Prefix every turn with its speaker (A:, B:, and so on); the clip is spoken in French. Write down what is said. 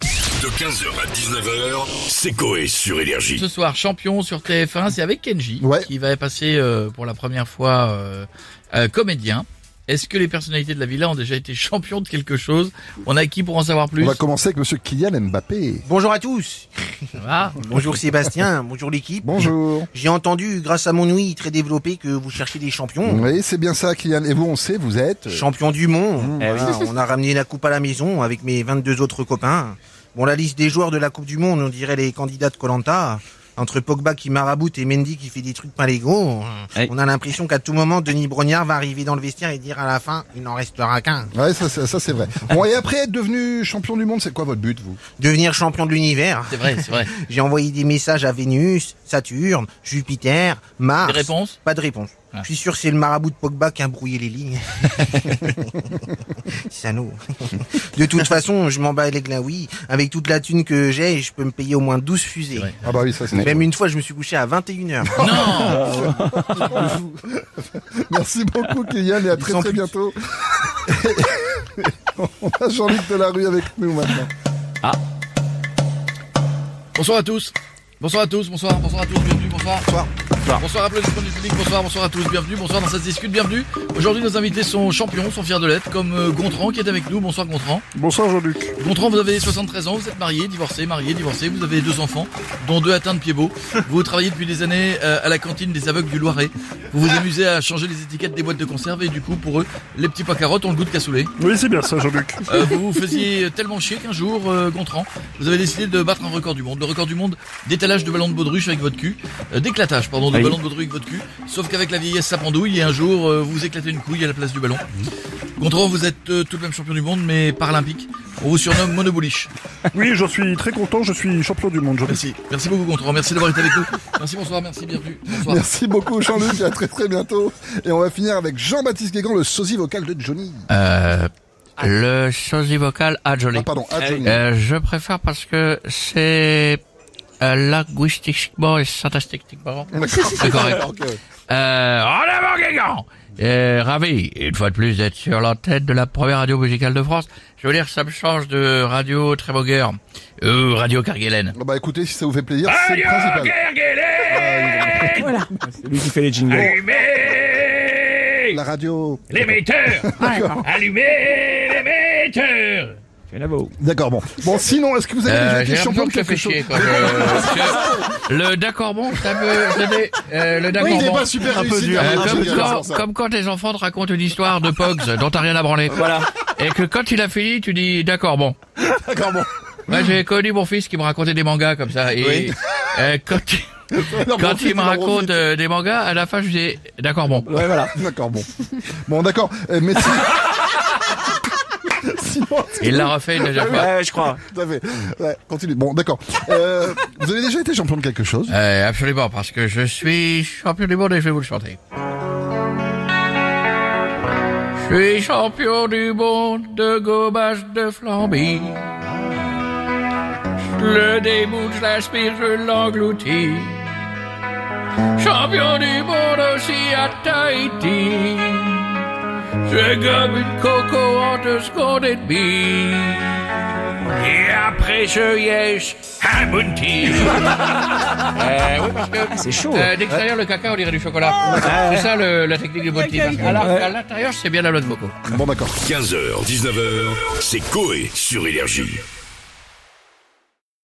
A: De 15h à 19h, c'est Coé sur Énergie.
B: Ce soir, champion sur TF1, c'est avec Kenji
C: Ouais.
B: qui va passer euh, pour la première fois euh, euh, comédien. Est-ce que les personnalités de la villa ont déjà été champions de quelque chose On a qui pour en savoir plus
C: On va commencer avec monsieur Kylian Mbappé.
D: Bonjour à tous.
B: Ça va
D: Bonjour Sébastien. Bonjour l'équipe.
C: Bonjour.
D: J'ai entendu, grâce à mon ouïe très développée, que vous cherchez des champions.
C: Mmh. Oui, c'est bien ça, Kylian. Et vous, on sait, vous êtes.
D: Champions du
C: Mmh.
D: monde. Voilà, on a ramené la coupe à la maison avec mes 22 autres copains. Bon, la liste des joueurs de la Coupe du Monde, on dirait les candidats de Colanta. Entre Pogba qui maraboute et Mendy qui fait des trucs pas légaux,
E: Hey.
D: on a l'impression qu'à tout moment, Denis Brognard va arriver dans le vestiaire et dire à la fin, il n'en restera qu'un.
C: euh, Ouais, ça, ça, ça, c'est vrai. Bon, et après être devenu champion du monde, c'est quoi votre but, vous
D: Devenir champion de l'univers.
B: C'est vrai, c'est vrai.
D: J'ai envoyé des messages à Vénus, Saturne, Jupiter, Mars.
B: Des réponses
D: Pas de réponse.
B: Ah.
D: Je suis sûr que c'est le marabout de Pogba qui a brouillé les lignes. Salaud. De toute façon, je m'en bats les glaouis. Avec toute la thune que j'ai, je peux me payer au moins 12 fusées.
B: vrai.
C: Ah bah oui, ça c'est.
D: Même une fois, je me suis couché à 21h.
B: Oh. Non
C: Merci beaucoup, Kylian, et à très
D: sont
C: très
D: plus-
C: bientôt. on a Jean-Luc Delarue avec nous maintenant.
B: Bonsoir à tous. Bonsoir à tous, bonsoir, bonsoir à tous, bienvenue, bonsoir. Bonsoir. Bonsoir, applaudissements du public, bonsoir, bonsoir à tous, bienvenue, bonsoir dans cette discute, bienvenue. Aujourd'hui, nos invités sont champions, sont fiers de l'être, comme euh, Gontran qui est avec nous. Bonsoir Gontran.
F: Bonsoir Jean-Luc.
B: Gontran, vous avez 73 ans, vous êtes marié, divorcé, marié, divorcé, vous avez deux enfants, dont deux atteints de pied beau. Vous travaillez depuis des années euh, à la cantine des aveugles du Loiret. Vous vous amusez à changer les étiquettes des boîtes de conserve et du coup, pour eux, les petits pas carottes ont le goût de cassoulet.
F: Oui, c'est bien ça Jean-Luc.
B: Euh, vous vous faisiez tellement chier qu'un jour, euh, Gontran, vous avez décidé de battre un record du monde. Le record du monde d'étalage de ballons de baudruche avec votre cul. Euh, d'éclatage, pardon, de
F: Oui.
B: ballons de baudruche avec votre cul. Sauf qu'avec la vieillesse, ça pendouille et un jour, euh, vous éclatez une couille à la place du ballon. Gontran, vous êtes euh, tout de même champion du monde, mais paralympique. On vous surnomme Monoboliche.
F: Oui, j'en suis très content, je suis champion du monde
G: Bah,
F: Jean-Luc.
B: Merci. Merci beaucoup, Gontran. Merci d'avoir été avec nous. Merci, bonsoir, merci, bienvenue. Bonsoir.
C: Merci beaucoup, Jean-Luc, et à très très bientôt. Et on va finir avec Jean-Baptiste Guégan, le sosie vocal de Johnny.
G: Euh, le sosie vocal à Johnny.
C: Ah, pardon, à Johnny.
G: Euh, je préfère parce que c'est euh, linguistiquement et syntastiquement
C: D'accord.
G: c'est correct.
C: Ok, ouais.
G: Euh, en avant, Guégan Euh, Ravi, une fois de plus, d'être sur l'antenne de la première radio musicale de France. Je veux dire, ça me change de radio Trémoguer ou radio Kerguelen.
C: Bah écoutez, si ça vous fait plaisir, c'est le principal.
F: Lui qui fait les jingles.
H: Allumez
C: La radio.
H: l'émetteur
C: D'accord.
H: Allumez l'émetteur
C: D'accord, bon. Bon, sinon, est-ce que vous avez
G: Euh,
C: déjà
G: J'ai
C: été champion
G: l'impression
C: de
G: que je fais
C: quelque chose
G: chier, quoi. Euh, parce que le Dacorbon, ça peut donner, euh, le
C: Oui, il est
G: Dacorbon.
C: pas super
F: Un peu
C: réussi,
F: dur.
C: la
G: Euh,
C: radio,
G: comme,
C: il y a
G: quand,
C: raison, Ah, ça.
G: comme quand tes enfants te racontent une histoire de Pogs dont t'as rien à branler.
F: Voilà.
G: Et que quand il a fini, tu dis d'accord, bon.
C: D'accord, bon.
G: Moi, j'ai connu mon fils qui me racontait des mangas comme ça. Et euh, quand,
C: Non, mais
G: quand
C: ensuite,
G: il me
C: en
G: raconte
C: profite.
G: euh, des mangas, à la fin, je dis d'accord, bon.
C: Ouais, voilà. D'accord, bon. Bon, d'accord. Euh, mais si- Sinon,
G: Il l'a refait une deuxième fois.
F: Ouais, je crois.
C: tout à fait. Ouais, continue. Bon, d'accord. Euh, vous avez déjà été champion de quelque chose
G: Euh, absolument, parce que je suis champion du monde et je vais vous le chanter. Je suis champion du monde de gommage de flambis. Je le déboule, je l'aspire, je l'engloutis. Champion du monde aussi à Tahiti. Je gomme une coco en deux secondes et demie. Et après, je yèche un bounty. Euh, oui, parce que. C'est chaud. Euh, D'extérieur, le caca, on dirait du chocolat. C'est ça le- la technique du bounty. parce que À l'intérieur, c'est bien la loi de coco.
C: Bon, d'accord.
A: 15h, 19h, c'est Coé sur Énergie.